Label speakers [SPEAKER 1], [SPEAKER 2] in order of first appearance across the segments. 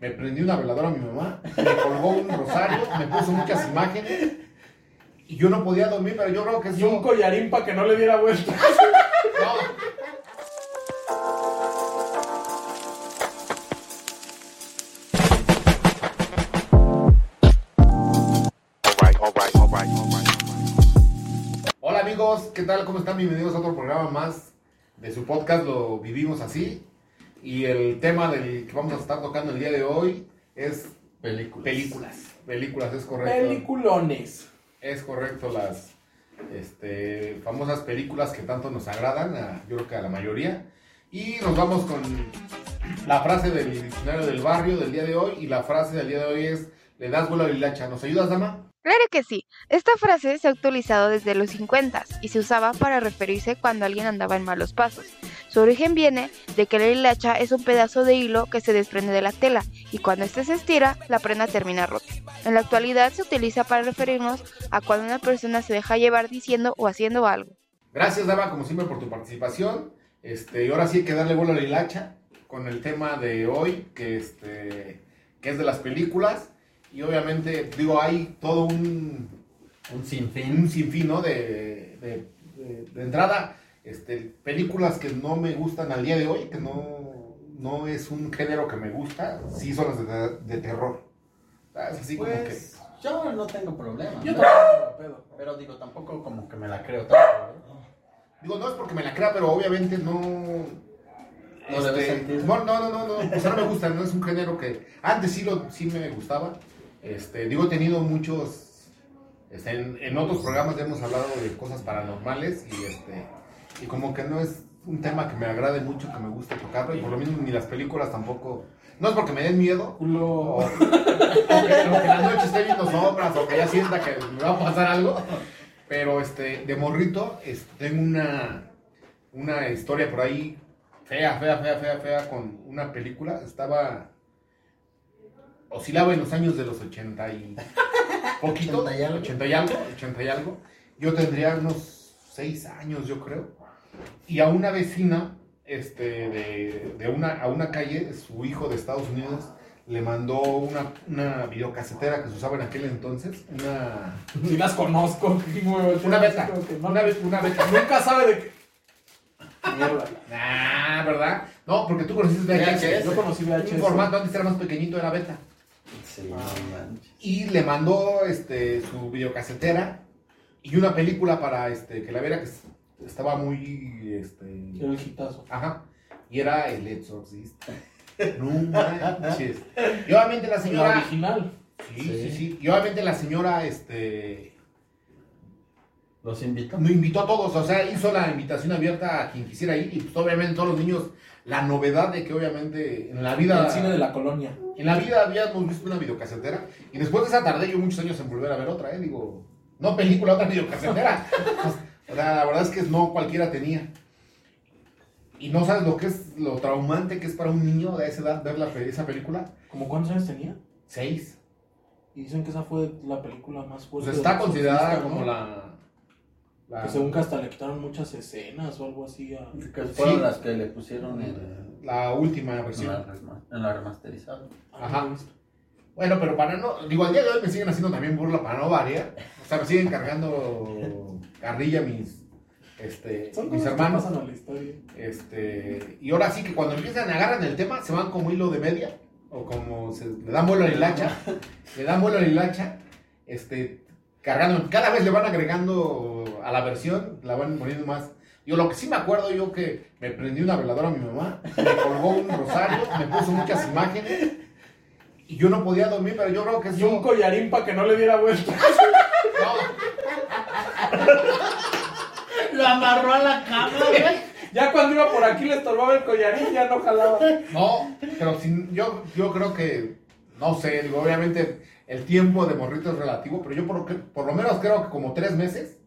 [SPEAKER 1] me prendí una veladora a mi mamá, me colgó un rosario, me puso muchas imágenes. Y yo no podía dormir, pero yo creo que
[SPEAKER 2] Y
[SPEAKER 1] sí.
[SPEAKER 2] un collarín para que no le diera vuelta.
[SPEAKER 1] Hola amigos, ¿qué tal? ¿Cómo están? Bienvenidos a otro programa más de su podcast Lo Vivimos Así. Y el tema del que vamos a estar tocando el día de hoy es
[SPEAKER 3] Películas.
[SPEAKER 1] películas. Películas, es correcto.
[SPEAKER 2] Peliculones.
[SPEAKER 1] Es correcto, las este, famosas películas que tanto nos agradan, a- yo creo que a la mayoría. Y nos vamos con la frase del diccionario del barrio del día de hoy. Y la frase del día de hoy es, le das vuelo a la hilacha. ¿Nos ayudas, dama?
[SPEAKER 4] Claro que sí. Esta frase se ha utilizado desde los 50 y se usaba para referirse cuando alguien andaba en malos pasos. Su origen viene de que la hilacha es un pedazo de hilo que se desprende de la tela y cuando éste se estira, la prenda termina rota. En la actualidad se utiliza para referirnos a cuando una persona se deja llevar diciendo o haciendo algo.
[SPEAKER 1] Gracias, dama, como siempre, por tu participación. Este, y ahora sí hay que darle vuelo a la hilacha con el tema de hoy, que, este, que es de las películas. Y obviamente, digo, hay todo un
[SPEAKER 3] Un
[SPEAKER 1] en un
[SPEAKER 3] sinfín.
[SPEAKER 1] sinfín, ¿no? De, de- de- de entrada, este, películas que no me gustan al día de hoy, que no, no es un género que me gusta, sí son las de, de terror. Ah, Es así como que...
[SPEAKER 3] Pues yo no tengo problema.
[SPEAKER 2] Yo
[SPEAKER 3] ¿no?
[SPEAKER 2] tampoco, pedo.
[SPEAKER 3] Pero digo, tampoco como que me la creo tanto. ¿eh? ¿no?
[SPEAKER 1] Digo, no es porque me la crea, pero obviamente no... este,
[SPEAKER 3] No le ves sentido.
[SPEAKER 1] no, no, no, no, no, o sea, no me gusta, no es un género que... Antes sí, lo, sí me gustaba, este, digo, he tenido muchos... este, en, en otros programas ya hemos hablado de cosas paranormales y este... y como que no es un tema que me agrade mucho, que me guste tocarlo, y por lo mismo ni las películas tampoco. No es porque me den miedo, o,
[SPEAKER 2] Culo.
[SPEAKER 1] o que, o que la noche esté viendo sombras, o que ya sienta que me va a pasar algo, pero este, de morrito, este, tengo una, una historia por ahí fea, fea, fea, fea, fea con una película, estaba. Oscilaba en los años de los 80 y poquito,
[SPEAKER 3] 80 y algo.
[SPEAKER 1] 80 y algo, 80 y algo. Yo tendría unos 6 años, yo creo. Y a una vecina este, de, de una, a una calle, su hijo de Estados Unidos le mandó una, una videocasetera que se usaba en aquel entonces. Una,
[SPEAKER 2] Si las conozco.
[SPEAKER 1] una
[SPEAKER 2] Una
[SPEAKER 1] beta. Una, be- una beta.
[SPEAKER 2] Nunca sabe de qué. Mierda.
[SPEAKER 1] Ah, ¿verdad? No, porque tú conociste VHS.
[SPEAKER 2] Yo conocí
[SPEAKER 1] Un
[SPEAKER 2] VHS.
[SPEAKER 1] formato antes era más pequeñito, era beta.
[SPEAKER 3] Sí, no manches.
[SPEAKER 1] Y le mandó este, su videocasetera y una película para este, que la viera que es- estaba muy. Este,
[SPEAKER 2] Era el hitazo.
[SPEAKER 1] Ajá. Y era el exorcista. No manches. Y obviamente la
[SPEAKER 2] La
[SPEAKER 1] señora.
[SPEAKER 2] original.
[SPEAKER 1] Sí, sí, sí. Y obviamente la señora, este.
[SPEAKER 3] Los invito.
[SPEAKER 1] Nos invitó a todos, o sea, hizo la invitación abierta a quien quisiera ir. Y pues obviamente todos los niños, la novedad de que obviamente en la vida.
[SPEAKER 2] El cine de la colonia.
[SPEAKER 1] En la vida habíamos visto una videocasetera. Y después de esa tardé yo muchos años en volver a ver otra, ¿eh? Digo, no película, otra videocasetera. o sea, la verdad es que no cualquiera tenía. Y no sabes lo que es, lo traumante que es para un niño de esa edad ver la, pe- esa película.
[SPEAKER 2] ¿Cómo cuántos años tenía?
[SPEAKER 1] Seis.
[SPEAKER 2] Y dicen que esa fue la película más
[SPEAKER 1] Pues
[SPEAKER 2] fuerte.
[SPEAKER 1] está
[SPEAKER 2] del
[SPEAKER 1] considerada
[SPEAKER 2] exorcista, ¿no?
[SPEAKER 1] como la. la-
[SPEAKER 2] Que según que hasta le quitaron muchas escenas o algo así a...
[SPEAKER 3] Que fueron
[SPEAKER 1] Sí. Mm.
[SPEAKER 3] las que le pusieron en,
[SPEAKER 1] la última
[SPEAKER 3] en
[SPEAKER 1] versión.
[SPEAKER 3] la, rema- en la remasterizada.
[SPEAKER 1] Ajá. Bueno, pero para no. Digo, al día de hoy me siguen haciendo también burla para no variar. O sea, me siguen cargando carrilla mis. Este,
[SPEAKER 2] Son
[SPEAKER 1] mis
[SPEAKER 2] cosas
[SPEAKER 1] hermanos.
[SPEAKER 2] que pasan a la historia.
[SPEAKER 1] Este, y ahora sí que cuando empiezan a agarrar el tema, se van como hilo de media, o como se, le dan vuelo a la hilacha, le dan vuelo a la hilacha, este, cargando, cada vez le van agregando a la versión, la van poniendo más. Yo lo que sí me acuerdo yo que me prendí una veladora a mi mamá, me colgó un rosario, me puso muchas imágenes, y yo no podía dormir, pero yo creo que
[SPEAKER 2] Y
[SPEAKER 1] eso...
[SPEAKER 2] un collarín para que no le diera vuelta.
[SPEAKER 1] no,
[SPEAKER 3] Lo amarró a la cama,
[SPEAKER 2] Ya cuando iba por aquí le estorbaba el collarín, ya no jalaba.
[SPEAKER 1] No, pero sin- yo, yo creo que, no sé, digo, obviamente el tiempo de morrito es relativo, pero yo por, lo que- por lo menos creo que como tres meses.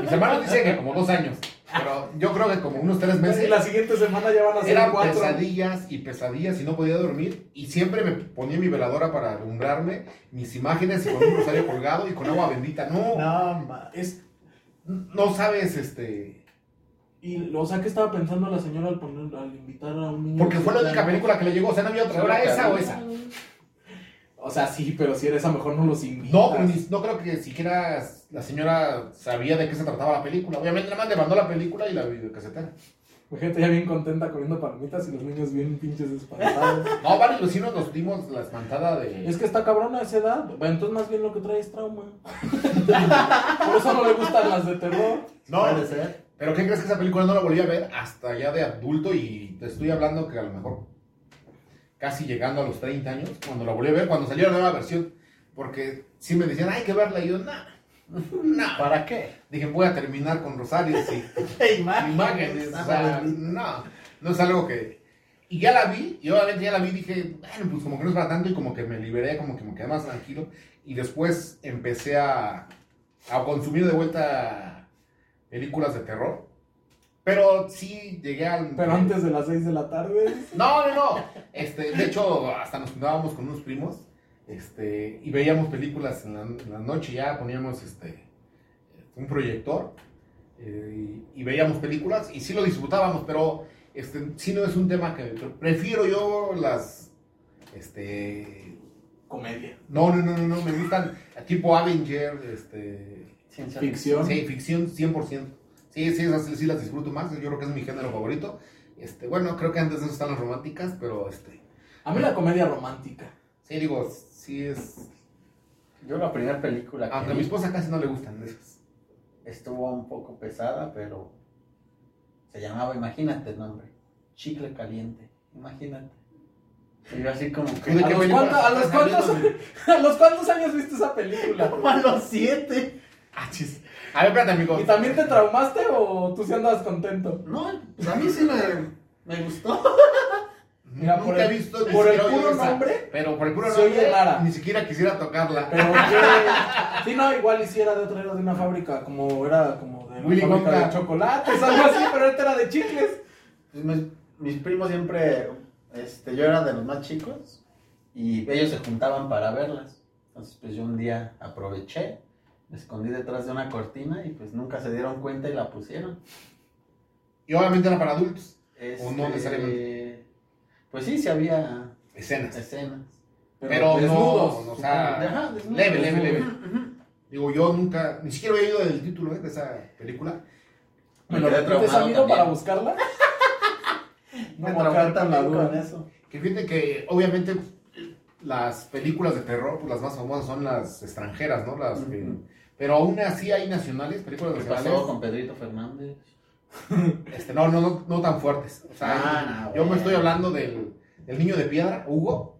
[SPEAKER 1] Mis hermanos dicen que como dos años, pero yo creo que como unos tres
[SPEAKER 2] Y
[SPEAKER 1] meses.
[SPEAKER 2] la siguiente semana ya van a ser
[SPEAKER 1] Eran
[SPEAKER 2] cuatro.
[SPEAKER 1] pesadillas y pesadillas y no podía dormir. Y siempre me ponía mi veladora para alumbrarme, mis imágenes y con un rosario colgado y con agua bendita. No,
[SPEAKER 3] No, ma.
[SPEAKER 2] Es-
[SPEAKER 1] no sabes, este.
[SPEAKER 2] y lo o sea que estaba pensando la señora al poner, al invitar a un niño.
[SPEAKER 1] Porque fue la única película que le llegó, o sea, no había otra. ¿Era esa o esa?
[SPEAKER 2] sea, sí, pero si eres a mejor no los invitas.
[SPEAKER 1] No, pero ni- no creo que siquiera la señora sabía de qué se trataba la película. Obviamente, nada más le mandó la película y la videocasetera.
[SPEAKER 2] Gente ya bien contenta comiendo palomitas y los niños bien pinches espantados.
[SPEAKER 1] No, varios vecinos nos dimos la espantada de.
[SPEAKER 2] es que está cabrón a esa edad. Bueno, entonces más bien lo que trae es trauma. Por eso no le gustan las de terror.
[SPEAKER 1] No,
[SPEAKER 3] Puede ser.
[SPEAKER 1] pero ¿qué crees que esa película no la volví a ver hasta ya de adulto? Y te estoy hablando que a lo mejor casi llegando a los 30 años, cuando la volví a ver, cuando salió la nueva versión. Porque sí me decían, hay que verla. Y yo, nah, nah.
[SPEAKER 3] ¿Para qué?
[SPEAKER 1] Dije, voy a terminar con Rosario, sí.
[SPEAKER 3] ¿Qué imagen?
[SPEAKER 1] imágenes. o sea, no, no es algo que. Y ya la vi, y obviamente ya la vi, dije, bueno, pues como que no es para tanto, y como que me liberé, como que me quedé más tranquilo. Y después empecé a, a consumir de vuelta películas de terror. Pero sí llegué al.
[SPEAKER 2] Pero antes de las 6 de la tarde.
[SPEAKER 1] No, no, no. Este, de hecho, hasta nos juntábamos con unos primos este, y veíamos películas en la, en la noche. Ya poníamos este, un proyector eh, y, y veíamos películas y sí lo disfrutábamos, pero este, sí no es un tema que prefiero yo las. Este,
[SPEAKER 2] Comedia.
[SPEAKER 1] no, no, no, no, no, me gustan tipo Avenger, este,
[SPEAKER 3] Ciencia
[SPEAKER 2] Ficción.
[SPEAKER 1] Sí, ficción 100%. Sí, sí, esas sí las disfruto más. Yo creo que es mi género favorito. Este, bueno, creo que antes de eso están las románticas, pero este.
[SPEAKER 2] A mí la comedia romántica.
[SPEAKER 1] Sí, digo, sí es.
[SPEAKER 3] Yo la primera película que
[SPEAKER 2] Ah,
[SPEAKER 1] Aunque a mi
[SPEAKER 3] vi
[SPEAKER 1] esposa casi no le gustan esas.
[SPEAKER 3] estuvo un poco pesada, pero se llamaba, imagínate el nombre, Chicle Caliente, imagínate. Y yo así como
[SPEAKER 1] ¿Y de
[SPEAKER 2] ¿A
[SPEAKER 1] qué
[SPEAKER 3] que...
[SPEAKER 2] los
[SPEAKER 1] película
[SPEAKER 2] cuántos- a los
[SPEAKER 1] estás hablando,
[SPEAKER 2] cuántos-
[SPEAKER 1] güey?
[SPEAKER 2] ¿A los cuántos años viste esa película?
[SPEAKER 3] A los "Ah, siete.
[SPEAKER 1] Ah, chis. A ver, espérate, amigo.
[SPEAKER 2] ¿Y también te traumaste o tú sí andabas contento?
[SPEAKER 3] No, pues a mí sí me, me gustó.
[SPEAKER 2] Mira,
[SPEAKER 1] Nunca
[SPEAKER 2] por
[SPEAKER 1] he
[SPEAKER 2] el-
[SPEAKER 1] visto ni
[SPEAKER 2] por el
[SPEAKER 1] siquiera oído
[SPEAKER 2] puro
[SPEAKER 1] esa.
[SPEAKER 2] nombre,
[SPEAKER 1] Pero por el puro
[SPEAKER 2] se oye
[SPEAKER 1] nombre.
[SPEAKER 2] rara.
[SPEAKER 1] Ni siquiera quisiera tocarla.
[SPEAKER 2] Pero que... Sí, no, igual hiciera de otra, era de una fábrica, como era como de una
[SPEAKER 1] Willy
[SPEAKER 2] fábrica
[SPEAKER 1] Wonka.
[SPEAKER 2] de chocolates, algo así, pero esta era de chicles.
[SPEAKER 3] Pues mis, mis primos siempre, este, yo era de los más chicos y ellos se juntaban para verlas. Entonces, pues yo un día aproveché, me escondí detrás de una cortina y pues nunca se dieron cuenta y la pusieron.
[SPEAKER 1] Y obviamente era para adultos.
[SPEAKER 3] Este,
[SPEAKER 1] ¿O no necesariamente?
[SPEAKER 3] Pues sí, sí había
[SPEAKER 1] Escenas.
[SPEAKER 3] escenas.
[SPEAKER 1] Pero no,
[SPEAKER 2] desnudos.
[SPEAKER 1] no, o sea,
[SPEAKER 2] supongo.
[SPEAKER 3] Ajá, desnudo.
[SPEAKER 1] Leve, leve,
[SPEAKER 2] Ujú,
[SPEAKER 1] leve.
[SPEAKER 3] Ujú.
[SPEAKER 1] Digo, yo nunca. Ni siquiera había oído del título ¿eh? de esa película.
[SPEAKER 2] ¿Me lo
[SPEAKER 3] Me quedé
[SPEAKER 2] repites,
[SPEAKER 3] traumado
[SPEAKER 2] amigo,
[SPEAKER 3] también.
[SPEAKER 2] para buscarla?
[SPEAKER 3] Me
[SPEAKER 2] voy a
[SPEAKER 3] traumé
[SPEAKER 2] quedar con la
[SPEAKER 3] también
[SPEAKER 2] duda.
[SPEAKER 3] con eso.
[SPEAKER 1] Que fíjate que, obviamente, las películas de terror, pues las más famosas son las extranjeras, ¿no? Las que-
[SPEAKER 3] Ujú.
[SPEAKER 1] Pero aún así hay nacionales, películas
[SPEAKER 3] ¿Qué
[SPEAKER 1] nacionales.
[SPEAKER 3] pasó con Pedrito Fernández?
[SPEAKER 1] Este, no, no, no, no tan fuertes. O sea,
[SPEAKER 3] Ah, no,
[SPEAKER 1] yo me
[SPEAKER 3] bueno.
[SPEAKER 1] estoy hablando del, del niño de piedra, Hugo.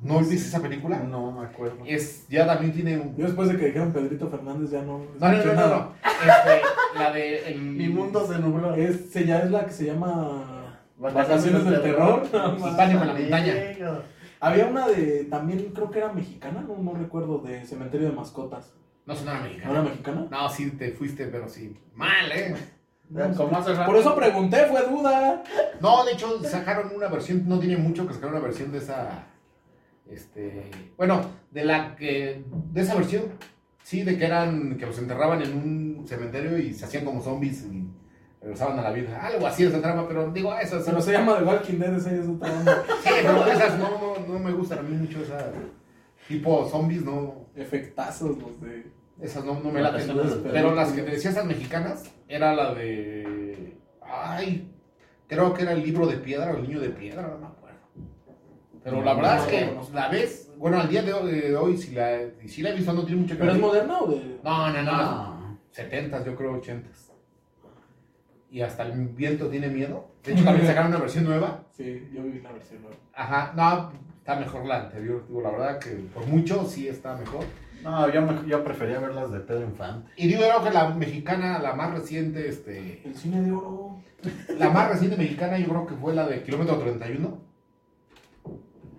[SPEAKER 1] ¿No viste esa película?
[SPEAKER 3] No me acuerdo.
[SPEAKER 1] Es, ya también tiene un.
[SPEAKER 2] Yo después de que dijeron Pedrito Fernández ya no.
[SPEAKER 1] No, no, no, no.
[SPEAKER 2] escuché nada.
[SPEAKER 1] no. Este, la de. el-
[SPEAKER 3] Mi mundo se nubló.
[SPEAKER 2] Es, se- ya es la que se llama
[SPEAKER 3] Vacaciones
[SPEAKER 2] Vacaciones del
[SPEAKER 3] del
[SPEAKER 2] Terror.
[SPEAKER 3] Terror.
[SPEAKER 2] No,
[SPEAKER 1] Pánico
[SPEAKER 2] mames.
[SPEAKER 1] en la montaña.
[SPEAKER 2] Había una de, también creo que era mexicana, no, no recuerdo, de Cementerio de Mascotas.
[SPEAKER 1] No, sonaba
[SPEAKER 2] ¿No era
[SPEAKER 1] mexicana.
[SPEAKER 2] mexicana?
[SPEAKER 1] No, sí te fuiste, pero sí. Mal, ¿eh?
[SPEAKER 3] Como hace rato.
[SPEAKER 2] Por eso pregunté, fue duda.
[SPEAKER 1] No, de hecho, sacaron una versión, no tiene mucho que sacar una versión de esa. Este. Bueno, de la que. De esa versión. Sí, de que eran. Que los enterraban en un cementerio y se hacían como zombies y regresaban a la vida. Algo así esa trama, pero digo, esa
[SPEAKER 2] Pero se llama The Walking Dead, esa ya es otra onda.
[SPEAKER 1] Sí, pero esas no, no, no me gustan a mí mucho esa. Tipo zombies, no.
[SPEAKER 2] Efectazos los de.
[SPEAKER 1] Esas no, no me laten.
[SPEAKER 3] Vacaciones del
[SPEAKER 1] Pero las que te decía esas mexicanas, era la de. Ay, creo que era el libro de piedra o el niño de piedra, no me acuerdo. Pero la verdad es que la ves, bueno, al día de hoy, de hoy, si, la, y si la he visto, no tiene mucho que
[SPEAKER 2] ¿Pero es
[SPEAKER 1] ver.
[SPEAKER 2] moderna o de.?
[SPEAKER 1] No, no, no.
[SPEAKER 3] Ah.
[SPEAKER 1] 70 yo creo 80 Y hasta el viento tiene miedo. De hecho, también sacaron una versión nueva.
[SPEAKER 2] Sí, yo vi la versión nueva.
[SPEAKER 1] Ajá, no, está mejor la anterior. Digo, la verdad que por mucho sí está mejor.
[SPEAKER 3] No, yo, me- yo prefería ver las de Pedro Infante.
[SPEAKER 1] Y digo, creo que la mexicana, la más reciente, este.
[SPEAKER 2] El cine de oro.
[SPEAKER 1] La más reciente mexicana yo creo que fue la de Kilómetro 31.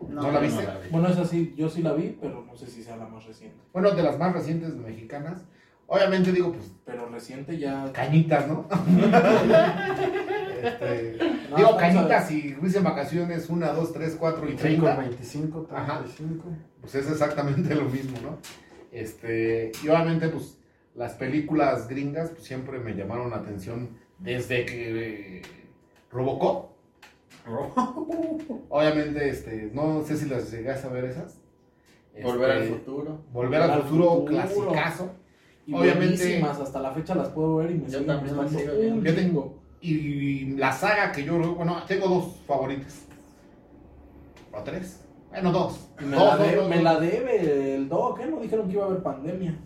[SPEAKER 1] ¿No la
[SPEAKER 3] yo
[SPEAKER 1] viste?
[SPEAKER 3] vi.
[SPEAKER 2] Bueno, esa sí, yo sí la vi, pero no sé si sea la más reciente.
[SPEAKER 1] Bueno, de las más recientes mexicanas. Obviamente digo, pues,
[SPEAKER 2] Pero reciente ya.
[SPEAKER 1] cañitas, ¿no? Este, digo,
[SPEAKER 2] No, estamos
[SPEAKER 1] cañitas y Luis en vacaciones, 1, 2, 3, 4 y 30.
[SPEAKER 3] 25,
[SPEAKER 1] Ajá.
[SPEAKER 3] 35.
[SPEAKER 1] Pues es exactamente lo mismo, ¿no? Este, y obviamente, pues, las películas gringas pues, siempre me llamaron la atención desde que eh, Robocop. Obviamente, este, no sé si las llegas a ver esas.
[SPEAKER 3] Volver al
[SPEAKER 1] Este,
[SPEAKER 3] futuro.
[SPEAKER 1] Volver al futuro, clasicazo.
[SPEAKER 2] Y
[SPEAKER 1] Obviamente-
[SPEAKER 2] buenísimas, hasta la fecha las puedo ver y me
[SPEAKER 3] Yo
[SPEAKER 2] siguen
[SPEAKER 3] también las
[SPEAKER 2] gustando
[SPEAKER 3] sigo viendo.
[SPEAKER 2] un
[SPEAKER 1] Yo te-
[SPEAKER 2] chingo.
[SPEAKER 1] Y la saga que yo, bueno, tengo dos favoritas. ¿O tres? Bueno, dos.
[SPEAKER 2] Y me,
[SPEAKER 1] Dos,
[SPEAKER 2] la
[SPEAKER 1] dos,
[SPEAKER 2] de-
[SPEAKER 1] dos,
[SPEAKER 2] me
[SPEAKER 1] dos.
[SPEAKER 2] la debe el doc, ¿eh? No dijeron que iba a haber pandemia.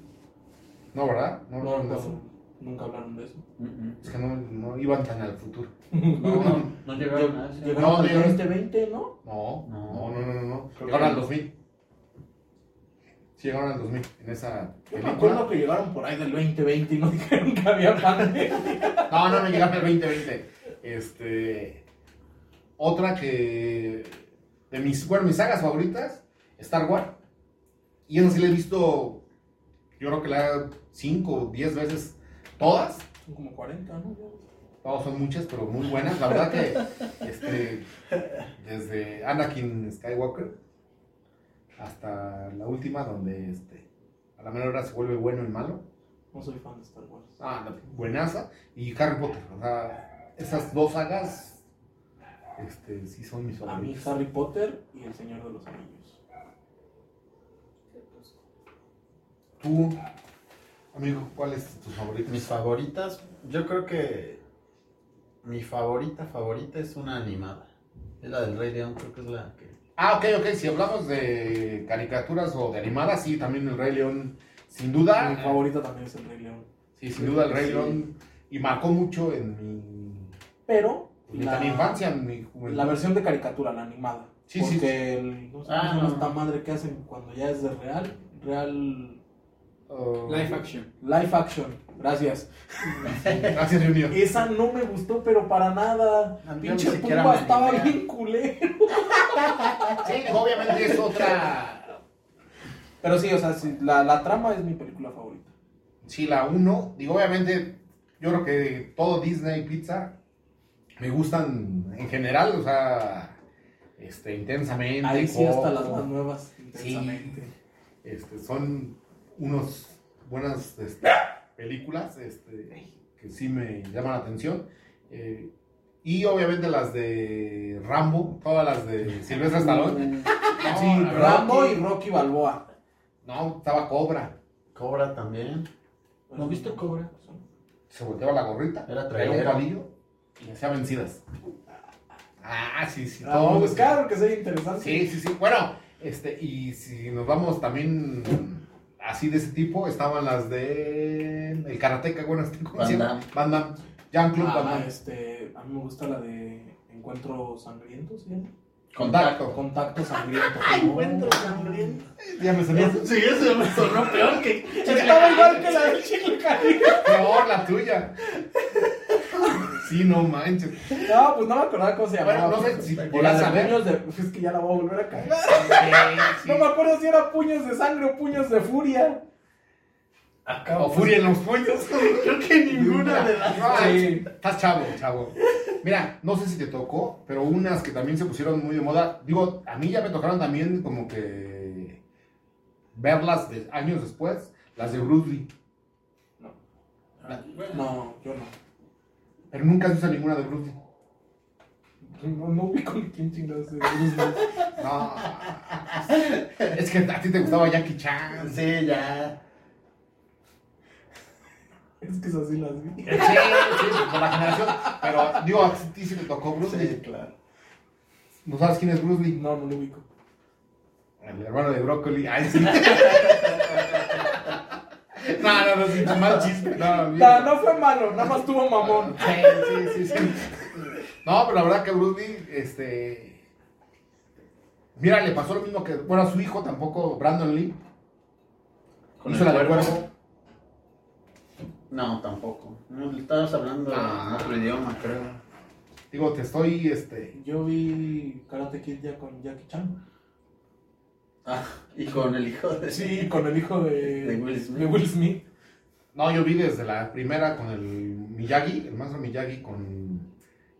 [SPEAKER 1] No, ¿verdad? No,
[SPEAKER 2] No,
[SPEAKER 1] no,
[SPEAKER 2] no,
[SPEAKER 1] no.
[SPEAKER 2] nunca hablaron de eso.
[SPEAKER 3] Mm,
[SPEAKER 1] Es que no, no iban tan al futuro.
[SPEAKER 3] mm. No, no, no llegaron a eso.
[SPEAKER 2] Llegaron
[SPEAKER 1] No,
[SPEAKER 2] al
[SPEAKER 1] llegaron-
[SPEAKER 2] 2020, ¿no?
[SPEAKER 1] No, no,
[SPEAKER 3] No.
[SPEAKER 1] no, no, no. no.
[SPEAKER 3] Creo
[SPEAKER 1] Llegaron
[SPEAKER 3] que
[SPEAKER 1] al
[SPEAKER 3] no.
[SPEAKER 1] 2000. Sí, llegaron al 2000 en esa
[SPEAKER 2] Yo me
[SPEAKER 1] película.
[SPEAKER 2] acuerdo que llegaron por ahí del 2020 y no dijeron que había pandemia.
[SPEAKER 1] No, no, no llegaron al 2020. Este. Otra que. De mis. Bueno, mis sagas favoritas. Star Wars. Y eso sí la he visto. Yo creo que la 5 o 10 veces. Todas.
[SPEAKER 2] Son como 40, ¿no?
[SPEAKER 1] No, son muchas, pero muy buenas. La verdad que. Este. Desde Anakin Skywalker. Hasta la última, donde este. A la menor hora se vuelve bueno y malo.
[SPEAKER 2] No soy fan de Star Wars.
[SPEAKER 1] Ah, la buenaza. Y Harry Potter. O sea, esas dos sagas este, sí son mis
[SPEAKER 2] A mí
[SPEAKER 1] favoritas.
[SPEAKER 2] Harry Potter y El Señor de los Anillos.
[SPEAKER 1] Tú, amigo, ¿cuál es tu favorito?
[SPEAKER 3] Mis favoritas, yo creo que mi favorita favorita es una animada. Es la del Rey León, creo que es la que...
[SPEAKER 1] Ah, ok, ok. Si hablamos de caricaturas o de animadas, sí, también el Rey León, sin duda.
[SPEAKER 3] Ah.
[SPEAKER 2] Mi favorita también es El Rey León.
[SPEAKER 1] Sí, sin duda el Rey
[SPEAKER 3] Sí.
[SPEAKER 1] León. Y marcó mucho en mi.
[SPEAKER 2] Pero
[SPEAKER 1] en mi infancia, en mi juventud.
[SPEAKER 2] la versión de caricatura, la animada.
[SPEAKER 1] Sí, sí.
[SPEAKER 2] porque el no sé cómo
[SPEAKER 3] Ah,
[SPEAKER 2] se llama
[SPEAKER 3] no.
[SPEAKER 2] esta madre que hacen cuando ya es de real, real
[SPEAKER 1] Uh,
[SPEAKER 5] Life action.
[SPEAKER 2] live action. Gracias.
[SPEAKER 1] Gracias, Junior.
[SPEAKER 2] Esa no me gustó, pero para nada.
[SPEAKER 3] A mí
[SPEAKER 2] Pinche
[SPEAKER 3] ni siquiera
[SPEAKER 2] Pumba
[SPEAKER 3] me
[SPEAKER 2] estaba
[SPEAKER 3] animé.
[SPEAKER 2] bien culero.
[SPEAKER 1] Sí, obviamente es otra.
[SPEAKER 2] Pero sí, o sea, sí, la, la trama es mi película favorita.
[SPEAKER 1] Sí, la 1. Digo, obviamente, yo creo que todo Disney Pizza me gustan en general, o sea, este, intensamente.
[SPEAKER 2] Ahí sí, hasta
[SPEAKER 1] Coco,
[SPEAKER 2] las más nuevas, intensamente.
[SPEAKER 1] este, son unos buenas este, películas este, que sí me llaman la atención. Eh, y obviamente las de Rambo, todas las de Silvestre Stallone.
[SPEAKER 2] Sí,
[SPEAKER 1] No, la verdad
[SPEAKER 2] Rambo
[SPEAKER 1] que-
[SPEAKER 2] y Rocky Balboa.
[SPEAKER 1] No, estaba Cobra.
[SPEAKER 3] Cobra también. ¿No viste Cobra?
[SPEAKER 1] Se volteaba la gorrita,
[SPEAKER 3] Era
[SPEAKER 1] traía un
[SPEAKER 3] trailero.
[SPEAKER 1] palillo y le hacía vencidas. Ah, sí, sí.
[SPEAKER 2] La vamos a
[SPEAKER 1] todo-
[SPEAKER 2] buscar porque soy interesante.
[SPEAKER 1] Sí, sí, sí. Bueno, este, y si nos vamos también así de ese tipo, estaban las de El Karateka, bueno, este, ¿cómo se
[SPEAKER 3] Van
[SPEAKER 1] llama?
[SPEAKER 3] Damme.
[SPEAKER 1] Van Damme. Jean-Claude Van
[SPEAKER 2] Ah,
[SPEAKER 1] Damme.
[SPEAKER 2] este, a mí me gusta la de Encuentro Sangriento, ¿sí?
[SPEAKER 1] Contacto.
[SPEAKER 2] Contacto Sangriento.
[SPEAKER 3] Encuentro Sangriento.
[SPEAKER 1] Ya me salió.
[SPEAKER 3] Sí, eso me sonó peor que...
[SPEAKER 2] Estaba igual que la de Chile Cali.
[SPEAKER 1] Peor la tuya. Sí, no manches.
[SPEAKER 2] No, pues no me acordaba cómo se llamaba.
[SPEAKER 1] Bueno, no sé si
[SPEAKER 2] La de
[SPEAKER 1] podrás saber.
[SPEAKER 2] puños de- Es que ya la voy a volver a caer.
[SPEAKER 1] Sí, sí.
[SPEAKER 2] No me acuerdo si era puños de sangre o puños de furia.
[SPEAKER 1] O Furia en los puños.
[SPEAKER 3] Pues Creo que ninguna de las...
[SPEAKER 1] Ay, Estás chavo, chavo. Mira, no sé si te tocó, pero unas que también se pusieron muy de moda. Digo, a mí ya me tocaron también como que verlas de- años después, las de Bruce Lee.
[SPEAKER 2] No, yo no.
[SPEAKER 1] Pero nunca se usa ninguna de Bruce Lee.
[SPEAKER 2] No, no ubico ni quién chingados es Bruce Lee.
[SPEAKER 1] No. Es que a ti te gustaba Jackie Chan.
[SPEAKER 3] Sí, ya.
[SPEAKER 2] Es que esas sí las vi.
[SPEAKER 1] Sí, sí, por la generación. Pero digo, a ti sí te tocó Bruce
[SPEAKER 3] Sí,
[SPEAKER 1] Lee.
[SPEAKER 3] claro.
[SPEAKER 1] ¿No sabes quién es Bruce Lee?
[SPEAKER 2] No, no lo ubico.
[SPEAKER 1] El hermano de brócoli. Ay, sí. No, no, no, sí, mal chiste. No, bien.
[SPEAKER 2] No, no fue malo, nada más tuvo mamón.
[SPEAKER 1] Sí, sí, sí, sí. No, pero la verdad que Bruce Lee, este. Mira, le pasó lo mismo que. Bueno, a su hijo tampoco, Brandon Lee.
[SPEAKER 3] Con
[SPEAKER 1] hizo
[SPEAKER 3] el
[SPEAKER 1] la del
[SPEAKER 3] cuervo.
[SPEAKER 1] cuervo.
[SPEAKER 3] No, tampoco. No, estabas hablando en otro idioma, creo.
[SPEAKER 1] Digo, te estoy, este.
[SPEAKER 2] Yo vi Karate Kid ya con Jackie Chan.
[SPEAKER 3] Ah, y con el hijo de...
[SPEAKER 2] Sí, con el hijo de,
[SPEAKER 3] De Will Smith.
[SPEAKER 2] de Will Smith.
[SPEAKER 1] No, yo vi desde la primera con el Miyagi, el maestro Miyagi con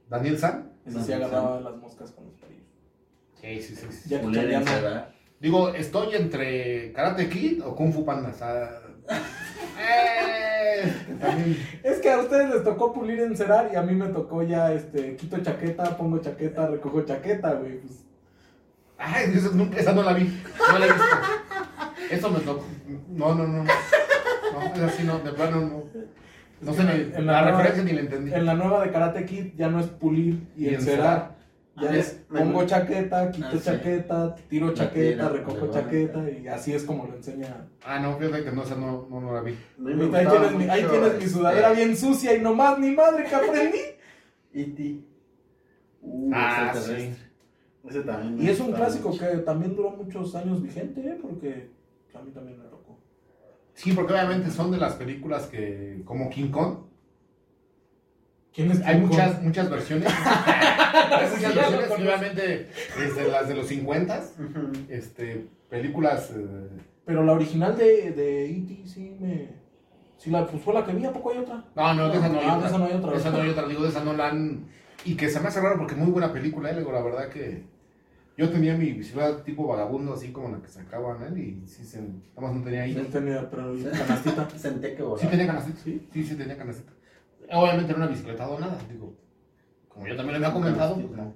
[SPEAKER 1] Daniel San.
[SPEAKER 2] Ese sí agarraba las moscas con los palillos.
[SPEAKER 1] Sí, sí, sí. sí.
[SPEAKER 2] Jackie Chan
[SPEAKER 3] Culera
[SPEAKER 2] ya
[SPEAKER 3] y se
[SPEAKER 2] no.
[SPEAKER 3] va.
[SPEAKER 1] Digo, estoy entre Karate Kid o Kung Fu Panda. O sea, eh, Eh, también.
[SPEAKER 2] Es que a ustedes les tocó pulir encerar y a mí me tocó ya, este, quito chaqueta, pongo chaqueta, recojo chaqueta, güey. Pues,
[SPEAKER 1] Ay, yo esa, nunca- esa no la vi. No la he visto. Eso me tocó. No, no, no. No, es así, no. De plano, no. No sé, ni,
[SPEAKER 2] En
[SPEAKER 1] la,
[SPEAKER 2] la-
[SPEAKER 1] referencia ni la entendí.
[SPEAKER 2] en la nueva de Karate Kid ya no es pulir y,
[SPEAKER 1] Y
[SPEAKER 2] encerar. Ya
[SPEAKER 3] Ah,
[SPEAKER 2] es,
[SPEAKER 3] me-
[SPEAKER 2] pongo chaqueta, quito
[SPEAKER 3] Ah, sí.
[SPEAKER 2] chaqueta, tiro
[SPEAKER 3] Me
[SPEAKER 2] chaqueta,
[SPEAKER 3] tira,
[SPEAKER 2] recojo
[SPEAKER 3] me
[SPEAKER 2] chaqueta y así es como lo enseña.
[SPEAKER 1] Ah, no, fíjate que no, esa no, no, no la vi.
[SPEAKER 3] No, y me
[SPEAKER 2] Ahí
[SPEAKER 3] gustaba
[SPEAKER 2] tienes, mi, ahí
[SPEAKER 3] mucho,
[SPEAKER 2] tienes mi
[SPEAKER 3] este,
[SPEAKER 2] sudadera bien sucia y nomás ni madre que aprendí.
[SPEAKER 3] E.T. Uh,
[SPEAKER 1] Ah,
[SPEAKER 3] extraterrestre. Ese también me
[SPEAKER 2] Y es un
[SPEAKER 3] gustaba
[SPEAKER 2] clásico
[SPEAKER 3] mucho.
[SPEAKER 2] que también duró muchos años vigente, ¿eh? porque a mí también me tocó.
[SPEAKER 1] Sí, porque obviamente son de las películas que, como King Kong,
[SPEAKER 2] ¿Quién es
[SPEAKER 1] hay
[SPEAKER 2] King Kong?
[SPEAKER 1] muchas, muchas versiones. hay muchas
[SPEAKER 2] ya lo
[SPEAKER 1] versiones,
[SPEAKER 2] conozco.
[SPEAKER 1] y obviamente, desde las de los 50,
[SPEAKER 3] Ujú.
[SPEAKER 1] este, películas... eh,
[SPEAKER 2] Pero la original de, de E.T. sí me. Sí, la, pues fue la que vi, ¿a poco hay otra?
[SPEAKER 1] No, no, de esa no hay
[SPEAKER 2] Ah, de
[SPEAKER 1] otra.
[SPEAKER 2] esa no hay otra,
[SPEAKER 1] De esa
[SPEAKER 2] ¿verdad?
[SPEAKER 1] no hay otra, digo, de esa no la han... Y que se me hace raro porque muy buena película, ¿eh? Digo, la verdad que... Yo tenía mi bicicleta tipo vagabundo, así como la que sacaban, ¿eh? Y sí, se... nada más no tenía
[SPEAKER 2] No
[SPEAKER 1] ahí.
[SPEAKER 2] tenía, pero y canastita.
[SPEAKER 3] Sentía que
[SPEAKER 1] Sí
[SPEAKER 3] volaba.
[SPEAKER 1] tenía canastita,
[SPEAKER 2] Sí.
[SPEAKER 1] sí, sí, tenía canastita. Obviamente era una bicicleta donada, digo. Como yo también le había comentado, pues, no,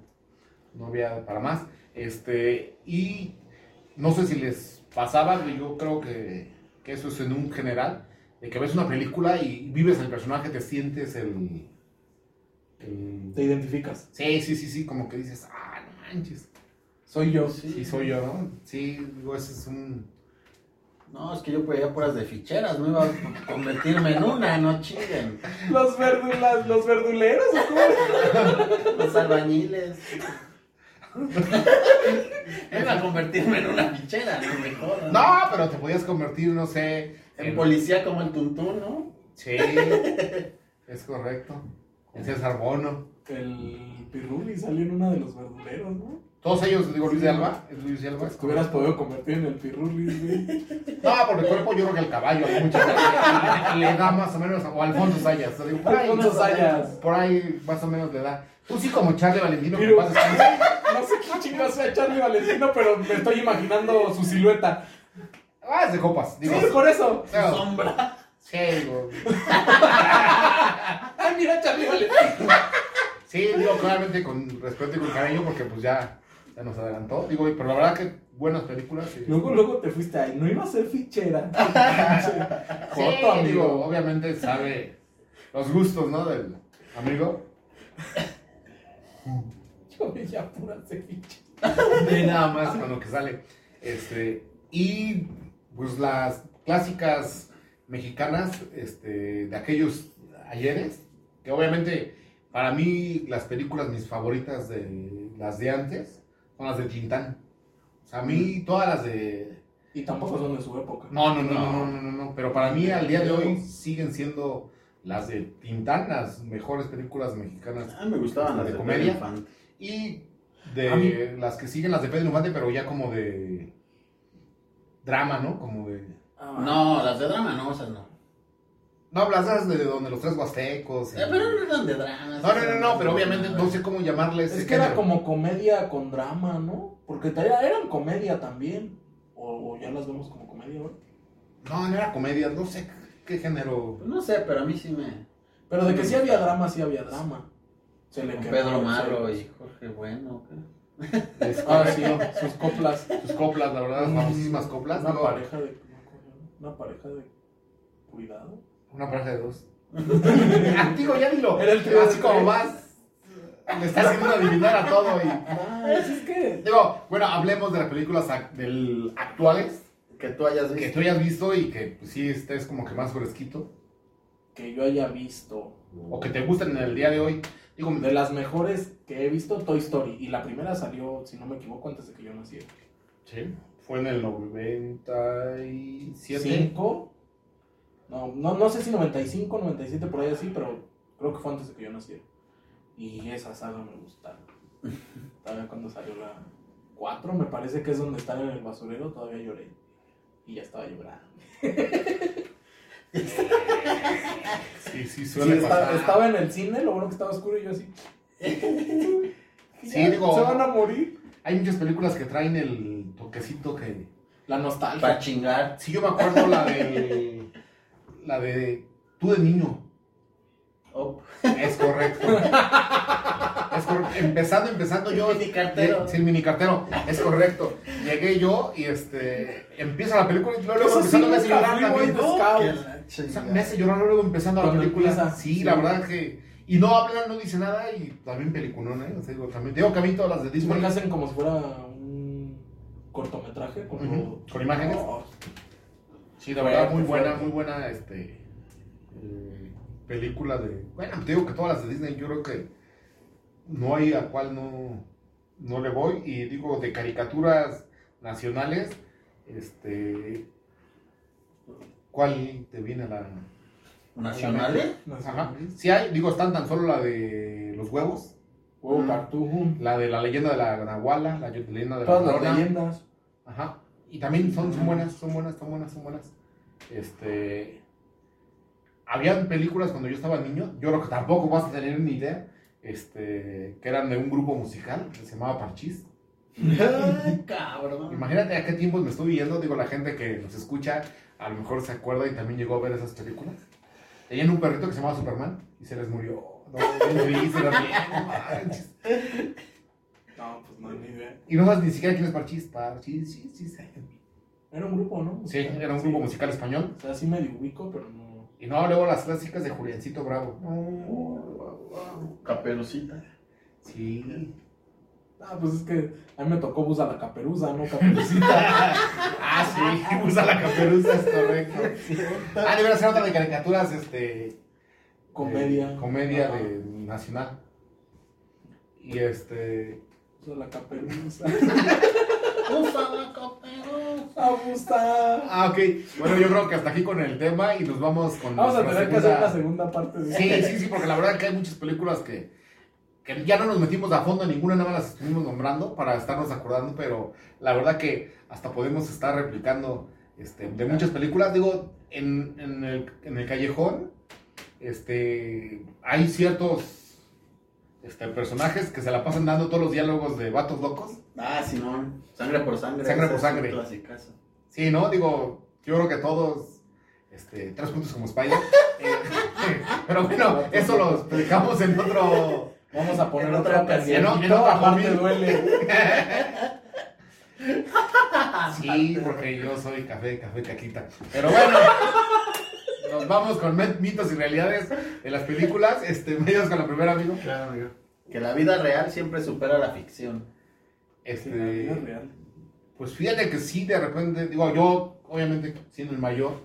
[SPEAKER 1] no había para más. Este, y no sé si les pasaba, pero yo creo que, que eso es en un general, de que ves una película y vives el personaje, te sientes el... el-
[SPEAKER 2] Te identificas.
[SPEAKER 1] Sí, sí, sí, sí, como que dices, ah, no manches.
[SPEAKER 2] Soy yo.
[SPEAKER 1] Sí, soy yo, ¿no? Sí, digo, ese es un...
[SPEAKER 3] No, es que yo pedía puras de ficheras, no iba a convertirme en una, no chinguen.
[SPEAKER 2] Los verdulas, los verduleros, ¿o cómo era?
[SPEAKER 3] Los albañiles. iba a convertirme en una fichera, no me jodas.
[SPEAKER 1] No, pero te podías convertir, no sé,
[SPEAKER 3] En policía como el tuntún, ¿no?
[SPEAKER 1] Sí, es correcto. En César Bono.
[SPEAKER 2] El Pirruli salió en una de los verduleros, ¿no?
[SPEAKER 1] Todos ellos, digo, Luis de Alba. Es Luis de Alba.
[SPEAKER 2] Pues te hubieras podido convertir en el Pirruli, güey.
[SPEAKER 1] No, por el cuerpo yo creo que el caballo a muchas veces le da más o menos, o Alfonso Sayas. o digo, por ahí,
[SPEAKER 2] Alfonso Sayas.
[SPEAKER 1] Por ahí más o menos le da. Tú sí como Charlie Valentino, que
[SPEAKER 2] Pero-
[SPEAKER 1] pasas con-
[SPEAKER 2] No sé qué chingados sea Charlie Valentino, pero me estoy imaginando su silueta.
[SPEAKER 1] Ah, es de copas.
[SPEAKER 2] Sí,
[SPEAKER 1] Digo,
[SPEAKER 2] por eso.
[SPEAKER 1] pero-
[SPEAKER 3] Sombra.
[SPEAKER 1] sí, digo,
[SPEAKER 2] Ay, mira Charlie Valentino.
[SPEAKER 1] sí, digo, claramente con respeto y con cariño, porque pues ya, ya nos adelantó. Digo, pero la verdad que buenas películas. sí.
[SPEAKER 2] Luego, luego te fuiste ahí. No iba a ser fichera.
[SPEAKER 1] Sí,
[SPEAKER 2] Joto,
[SPEAKER 1] digo,
[SPEAKER 2] amigo.
[SPEAKER 1] obviamente sabe los gustos, ¿no? Del amigo.
[SPEAKER 2] Yo veía puras de fichera.
[SPEAKER 1] Y nada más con lo que sale. Este, y pues las clásicas mexicanas este, de aquellos ayeres, que obviamente para mí las películas mis favoritas de las de antes son las de Tintán. O sea, a mí todas las de...
[SPEAKER 2] Y tampoco son de su época.
[SPEAKER 1] No, no, no, no, no, no, no, no, Pero para mí al día de hoy siguen siendo las de Tintán las mejores películas mexicanas.
[SPEAKER 3] Ah, me gustaban las de comedia. Infante.
[SPEAKER 1] Y
[SPEAKER 2] A mí-
[SPEAKER 1] de las que siguen las de Pedro Infante, pero ya como de drama, ¿no? Como de.
[SPEAKER 2] Ah,
[SPEAKER 3] No, las de drama no, esas no.
[SPEAKER 1] No, las de donde los tres huastecos. y-
[SPEAKER 3] Eh, Pero no eran de drama.
[SPEAKER 1] No, no, no, no, pero obviamente no sé cómo llamarles.
[SPEAKER 2] Es que era como comedia con drama, ¿no? Porque te- eran comedia también. O, o ya las vemos como comedia, ¿no?
[SPEAKER 1] No, no era comedia, no sé qué género.
[SPEAKER 3] No sé, pero a mí sí me...
[SPEAKER 2] Pero de que sí había drama, sí había drama. Se le
[SPEAKER 3] Con
[SPEAKER 2] quemó,
[SPEAKER 3] Pedro
[SPEAKER 2] se-
[SPEAKER 3] Malo y Jorge Bueno. ¿qué?
[SPEAKER 1] Es
[SPEAKER 2] Ah,
[SPEAKER 1] correcto.
[SPEAKER 2] sí, sus coplas.
[SPEAKER 1] Sus coplas, la verdad, las famosísimas coplas.
[SPEAKER 2] Una
[SPEAKER 1] Digo,
[SPEAKER 2] pareja de. Una pareja de. Cuidado.
[SPEAKER 1] Una pareja de dos. Ah, Digo, ya dilo.
[SPEAKER 2] Era el trío
[SPEAKER 1] Así
[SPEAKER 2] de
[SPEAKER 1] como
[SPEAKER 2] tres.
[SPEAKER 1] más. Le está haciendo adivinar a todo y.
[SPEAKER 2] es que.
[SPEAKER 1] Digo, bueno, hablemos de las películas ac- del actuales.
[SPEAKER 3] Que tú hayas
[SPEAKER 1] que
[SPEAKER 3] visto.
[SPEAKER 1] tú hayas visto y que pues, sí estés como que más fresquito
[SPEAKER 2] Que yo haya visto.
[SPEAKER 3] Mm.
[SPEAKER 1] o que te gusten en el día de hoy. Digo,
[SPEAKER 2] De las mejores que he visto, Toy Story. Y la primera salió, si no me equivoco, antes de que yo naciera.
[SPEAKER 1] sí, fue en el 97.
[SPEAKER 2] 5. No, no, no sé si 95, 97, por ahí así, pero creo que fue antes de que yo naciera. Y esa saga me gusta. Todavía cuando salió la 4, me parece que es donde están en el basurero, todavía lloré. Y ya estaba llorando.
[SPEAKER 1] Sí, sí,
[SPEAKER 2] Sí,
[SPEAKER 1] suele
[SPEAKER 2] esta-
[SPEAKER 1] pasar.
[SPEAKER 2] estaba en el cine, lo bueno que estaba oscuro y yo así.
[SPEAKER 1] Sí,
[SPEAKER 2] Ya,
[SPEAKER 1] digo-
[SPEAKER 2] Se van a morir.
[SPEAKER 1] Hay muchas películas que traen el toquecito que...
[SPEAKER 2] La
[SPEAKER 3] Para
[SPEAKER 2] nostalgia.
[SPEAKER 3] chingar.
[SPEAKER 1] Sí, yo me acuerdo la de... la de... Tú de niño.
[SPEAKER 3] Oh,
[SPEAKER 1] Es correcto. Es correcto. Empezando, empezando yo.
[SPEAKER 3] El mini cartero.
[SPEAKER 1] Sí, el mini cartero. Es correcto. Llegué yo y este. Empieza la película y luego luego
[SPEAKER 2] Eso sí,
[SPEAKER 1] empezando me hace
[SPEAKER 2] nunca
[SPEAKER 1] llorar
[SPEAKER 2] fui,
[SPEAKER 1] también.
[SPEAKER 2] güey, no.
[SPEAKER 3] qué la
[SPEAKER 1] O sea,
[SPEAKER 3] chingada.
[SPEAKER 1] me hace llorar luego empezando la
[SPEAKER 2] Cuando
[SPEAKER 1] película.
[SPEAKER 2] empieza,
[SPEAKER 1] sí,
[SPEAKER 2] sí.
[SPEAKER 1] la verdad que. Y no hablan, no dice nada y también peliculón, ¿eh? O sea, digo, también, digo que a mí todas las de
[SPEAKER 2] Es
[SPEAKER 1] Disney.
[SPEAKER 2] porque hacen como si fuera un cortometraje con,
[SPEAKER 1] Ujú, con imágenes.
[SPEAKER 2] No,
[SPEAKER 1] Sí, la verdad,
[SPEAKER 2] Fuerte,
[SPEAKER 1] muy buena,
[SPEAKER 2] fuerte.
[SPEAKER 1] muy buena este, eh, película de... Bueno, te digo que todas las de Disney, yo creo que no hay a cual no, no le voy. Y digo, de caricaturas nacionales, este... ¿Cuál te viene a la...?
[SPEAKER 3] ¿Nacionales?
[SPEAKER 2] no sé.
[SPEAKER 1] Ajá. Sí hay, digo, están tan solo la de los huevos,
[SPEAKER 2] Huevo
[SPEAKER 3] Mm.
[SPEAKER 2] Cartoon.
[SPEAKER 1] la de la leyenda de la Nahuala, la leyenda de la
[SPEAKER 2] Todas las
[SPEAKER 1] Llorona.
[SPEAKER 2] leyendas.
[SPEAKER 1] Ajá. Y también son, son buenas, son buenas, son buenas, son buenas. Este. Habían películas cuando yo estaba niño, yo creo que tampoco vas a tener ni idea, este, que eran de un grupo musical que se llamaba Parchís.
[SPEAKER 3] Ay, cabrón.
[SPEAKER 1] Imagínate a qué tiempos me estoy yendo, digo, la gente que nos escucha a lo mejor se acuerda y también llegó a ver esas películas. Tenían un perrito que se llamaba Superman y se les murió. No, bien triste, era bien, no manches.
[SPEAKER 2] No, pues no, ni idea.
[SPEAKER 1] Y no sabes ni siquiera quién es Parchís. Parchís, sí, sí, sí.
[SPEAKER 2] Era un grupo, ¿no?
[SPEAKER 1] Sí, era un grupo musical español.
[SPEAKER 2] O sea, sí medio ubico, pero no.
[SPEAKER 1] Y no, luego las clásicas de Juliancito Bravo.
[SPEAKER 3] Caperucita.
[SPEAKER 1] Sí.
[SPEAKER 2] Ah, pues es que a mí me tocó Busa la Caperuza, ¿no? Caperucita.
[SPEAKER 1] ah, sí, usa la caperuza, es correcto. Ah, debería ser otra de caricaturas, este.
[SPEAKER 2] Comedia.
[SPEAKER 1] eh, comedia
[SPEAKER 2] Ajá.
[SPEAKER 1] de nacional. Y este.
[SPEAKER 2] Busa la Caperuza.
[SPEAKER 3] Usa la caperuza.
[SPEAKER 2] A Busa.
[SPEAKER 1] Ah, ok. Bueno, yo creo que hasta aquí con el tema y nos vamos con.
[SPEAKER 2] Vamos a
[SPEAKER 1] nuestra
[SPEAKER 2] tener que hacer
[SPEAKER 1] Ah, segunda-
[SPEAKER 2] la segunda parte de
[SPEAKER 1] Sí, sí, sí, porque la verdad que hay muchas películas que, que ya no nos metimos a fondo en ninguna, nada más las estuvimos nombrando para estarnos acordando, pero la verdad que hasta podemos estar replicando este, de muchas películas. Digo, en, en el, en el callejón este, hay ciertos este, personajes que se la pasan dando todos los diálogos de vatos locos.
[SPEAKER 3] Ah, Simón. Sangre por sangre.
[SPEAKER 1] Sangre
[SPEAKER 3] ese
[SPEAKER 1] por
[SPEAKER 3] es un
[SPEAKER 1] sangre.
[SPEAKER 3] clasicazo.
[SPEAKER 1] Sí, ¿no? Digo, yo creo que todos... Este, tres puntos como Spider. Eh, pero bueno, eso lo dejamos en otro...
[SPEAKER 2] Vamos a poner
[SPEAKER 3] En
[SPEAKER 2] otra
[SPEAKER 3] otra ocasión,
[SPEAKER 2] pendiente.
[SPEAKER 1] en otra
[SPEAKER 2] Aparte
[SPEAKER 1] comida.
[SPEAKER 2] duele.
[SPEAKER 1] Sí, porque yo soy café, café, caquita. Pero bueno, nos vamos con met- mitos y realidades de las películas. Este, me ayudas con la primera, amigo.
[SPEAKER 3] Claro, amigo. Que la vida real siempre supera la ficción.
[SPEAKER 2] Sí, la vida es
[SPEAKER 1] Este,
[SPEAKER 2] real.
[SPEAKER 1] pues fíjate que sí, de repente, digo, yo, obviamente, siendo el mayor,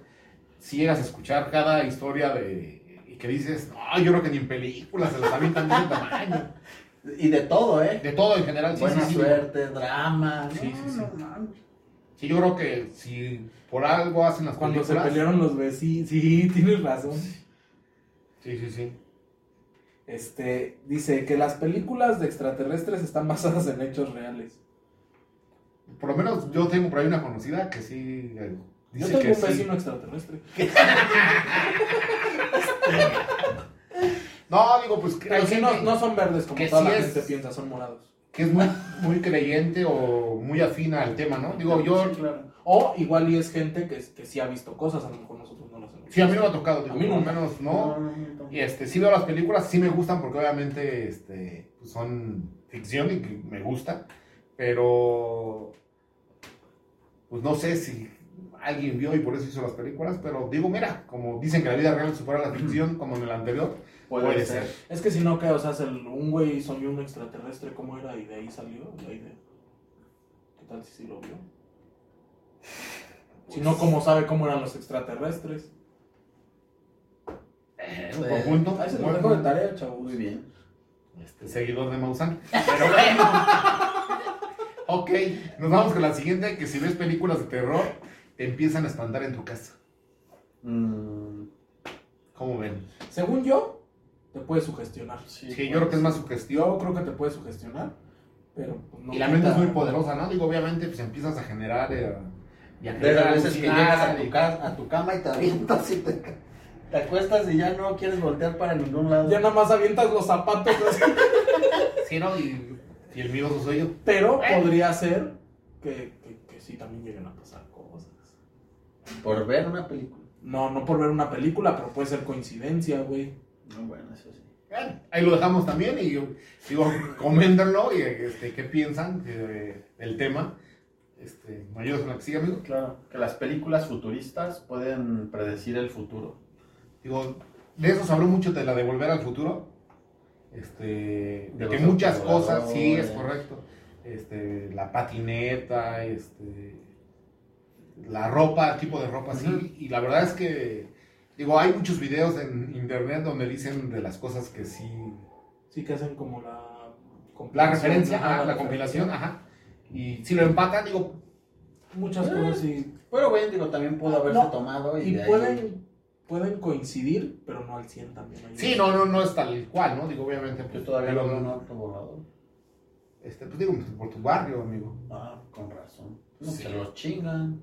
[SPEAKER 1] si llegas a escuchar cada historia de. y que dices, no, yo creo que ni en películas se las avientan de ese tamaño.
[SPEAKER 3] Y de todo, ¿eh?
[SPEAKER 1] De todo en general, sí,
[SPEAKER 3] Buena
[SPEAKER 1] sí, sí.
[SPEAKER 3] suerte, drama.
[SPEAKER 1] Sí, sí, sí.
[SPEAKER 3] No, no mames.
[SPEAKER 1] Sí, yo creo que si por algo hacen las
[SPEAKER 2] Cuando se
[SPEAKER 1] películas-
[SPEAKER 2] pelearon los vecinos. Sí, tienes razón.
[SPEAKER 1] Sí, sí, sí.
[SPEAKER 2] Este, dice que las películas de extraterrestres están basadas en hechos reales.
[SPEAKER 1] Por lo menos yo tengo por ahí una conocida que sí. eh, Dice
[SPEAKER 2] Yo tengo
[SPEAKER 1] que sí.
[SPEAKER 2] un vecino extraterrestre.
[SPEAKER 1] No, digo, pues que,
[SPEAKER 2] Pero
[SPEAKER 1] hay
[SPEAKER 2] sí,
[SPEAKER 1] gente
[SPEAKER 2] no, no son verdes como
[SPEAKER 1] que
[SPEAKER 2] toda
[SPEAKER 1] sí
[SPEAKER 2] la
[SPEAKER 1] es-
[SPEAKER 2] gente piensa, son morados.
[SPEAKER 1] que es muy, muy creyente o muy afina al tema, ¿no? Digo, yo.
[SPEAKER 3] Sí, claro.
[SPEAKER 2] O igual y es gente que, que sí ha visto cosas, a lo mejor nosotros no las hemos
[SPEAKER 1] Sí, a mí no me ha tocado, digo,
[SPEAKER 2] A mí
[SPEAKER 1] por lo
[SPEAKER 2] nunca.
[SPEAKER 1] menos no.
[SPEAKER 3] no.
[SPEAKER 1] Y este, sí veo las películas, sí me gustan porque obviamente este, pues, son ficción y que me gusta, pero. Pues no sé si alguien vio y por eso hizo las películas, pero digo, mira, como dicen que la vida real supera la ficción, como en el anterior, puede ser.
[SPEAKER 2] Es que si no, que, o sea, es el- un güey soñó un extraterrestre, ¿cómo era? Y de ahí salió la idea. ¿Qué tal si sí lo vio? Si no, ¿cómo sabe cómo eran los extraterrestres? Eh,
[SPEAKER 1] Es un conjunto.
[SPEAKER 2] Ahí se lo
[SPEAKER 1] buen-
[SPEAKER 2] dejo de tarea, chavos.
[SPEAKER 3] Muy bien.
[SPEAKER 1] este, seguidor de Maussan. Pero bueno. ok, nos vamos con la siguiente, que si ves películas de terror, te empiezan a espantar en tu casa.
[SPEAKER 3] Mm,
[SPEAKER 1] ¿Cómo ven?
[SPEAKER 2] Según yo, te puede sugestionar.
[SPEAKER 1] Sí, yo
[SPEAKER 2] pues.
[SPEAKER 1] creo que es más sugestión.
[SPEAKER 2] Yo creo que te puede sugestionar, pero pues, no
[SPEAKER 1] Y la mente es
[SPEAKER 2] quita-
[SPEAKER 1] muy poderosa, ¿no? Digo, obviamente, pues empiezas a generar... eh, y a
[SPEAKER 3] De
[SPEAKER 1] generar
[SPEAKER 3] las veces que
[SPEAKER 1] alucinar,
[SPEAKER 3] llegas a tu,
[SPEAKER 1] y-
[SPEAKER 3] ca- a tu cama y te avientas y te, ca- te acuestas y ya no quieres voltear para ningún lado.
[SPEAKER 2] Ya nada más avientas los zapatos, así.
[SPEAKER 1] Sí, ¿no? Y, y el miedoso soy yo.
[SPEAKER 2] pero podría ser que, que, que sí también lleguen a pasar cosas.
[SPEAKER 3] Por ver una película.
[SPEAKER 2] No, no por ver una película, pero puede ser coincidencia, güey.
[SPEAKER 3] No, bueno, eso sí.
[SPEAKER 1] Bueno, ahí lo dejamos también y digo, coméntenlo y este, qué piensan eh, del tema. Este, ¿Me ayudas con la que sigue, amigo?
[SPEAKER 3] Claro, que las películas futuristas pueden predecir el futuro.
[SPEAKER 1] Digo, de eso se habló mucho de la de Volver al Futuro. Este, de
[SPEAKER 3] De
[SPEAKER 1] que
[SPEAKER 3] los
[SPEAKER 1] muchas cosas, sí, es
[SPEAKER 3] autovoladores.
[SPEAKER 1] correcto. Este, la patineta, este, la ropa, el tipo de ropa,
[SPEAKER 3] Ujú.
[SPEAKER 1] sí. Y la verdad es que, digo, hay muchos videos en internet donde dicen de las cosas que sí.
[SPEAKER 2] Sí que hacen como la...
[SPEAKER 1] La
[SPEAKER 2] compilación,
[SPEAKER 1] referencia,
[SPEAKER 2] ajá,
[SPEAKER 1] ajá, la compilación, ajá. Y si lo empatan, digo,
[SPEAKER 2] Muchas
[SPEAKER 1] Ah,
[SPEAKER 3] Eh,
[SPEAKER 2] cosas sí.
[SPEAKER 3] Pero, güey, digo, también pudo haberse
[SPEAKER 2] No,
[SPEAKER 3] tomado Ah, y,
[SPEAKER 2] Y
[SPEAKER 3] de ahí-
[SPEAKER 2] pueden, pueden coincidir, pero no al 100 también. Hay
[SPEAKER 1] sí, no, no, no es tal cual, ¿no? Digo, obviamente,
[SPEAKER 3] Yo
[SPEAKER 1] pues,
[SPEAKER 3] todavía no
[SPEAKER 1] pero,
[SPEAKER 3] veo un autovolador.
[SPEAKER 1] este, pues digo, por tu barrio, amigo.
[SPEAKER 3] Ah, con razón. No,
[SPEAKER 1] Sí.
[SPEAKER 3] Se los chingan.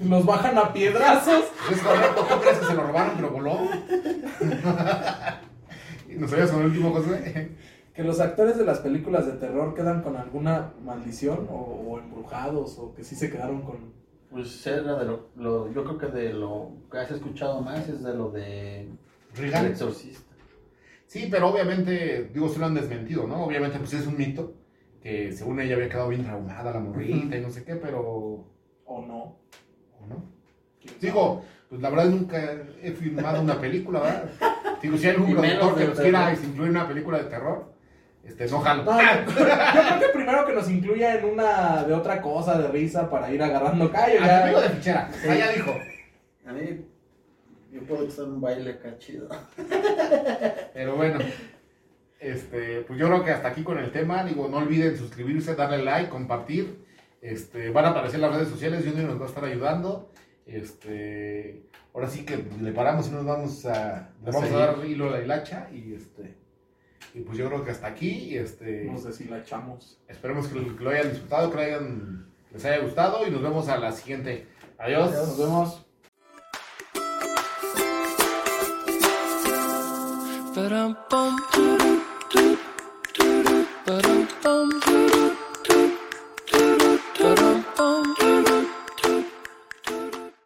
[SPEAKER 2] Los bajan a piedrazos.
[SPEAKER 1] Pues Es correcto, ¿tú crees que se lo robaron pero voló? Y ¿Nos habías con el último, José?
[SPEAKER 2] Que los actores de las películas de terror quedan con alguna maldición o, o embrujados o que sí se quedaron con...
[SPEAKER 3] Pues era de lo, lo- Yo creo que de lo que has escuchado más es de lo de. El
[SPEAKER 1] Regan.
[SPEAKER 3] exorcista.
[SPEAKER 1] Sí, pero obviamente, digo, se lo han desmentido, ¿no? Obviamente, pues es un mito, que según ella había quedado bien traumada la morrita y no sé qué, pero... ¿o
[SPEAKER 2] o no.
[SPEAKER 1] no? Digo, pues la verdad nunca he filmado una película, ¿verdad? Digo, si hay algún
[SPEAKER 3] Y menos
[SPEAKER 1] productor que
[SPEAKER 3] de
[SPEAKER 1] nos
[SPEAKER 3] terror.
[SPEAKER 1] quiera incluir una película de terror, este, no jalo.
[SPEAKER 2] No, yo, yo creo que primero que nos incluya en una de otra cosa de risa para ir agarrando callo.
[SPEAKER 1] Al
[SPEAKER 2] ya.
[SPEAKER 1] amigo de fichera,
[SPEAKER 3] Sí.
[SPEAKER 1] ah, ya dijo.
[SPEAKER 3] A mí. Yo puedo estar un baile acá chido.
[SPEAKER 1] Pero bueno, este, pues yo creo que hasta aquí con el tema. Digo, no olviden suscribirse, darle like, compartir. Este, van a aparecer las redes sociales, Junior nos va a estar ayudando. Este, ahora sí que le paramos y nos vamos a, le
[SPEAKER 3] A
[SPEAKER 1] vamos a
[SPEAKER 3] seguir.
[SPEAKER 1] dar hilo a la hilacha y este, y pues yo creo que hasta aquí y este,
[SPEAKER 2] Nos deshilachamos.
[SPEAKER 1] esperemos que lo, que lo hayan disfrutado, que lo hayan- les haya gustado y nos vemos a la siguiente. Adiós.
[SPEAKER 2] Nos vemos.
[SPEAKER 5] Ba-dum-bum, doo-doo, doo-doo, ba-dum-bum, doo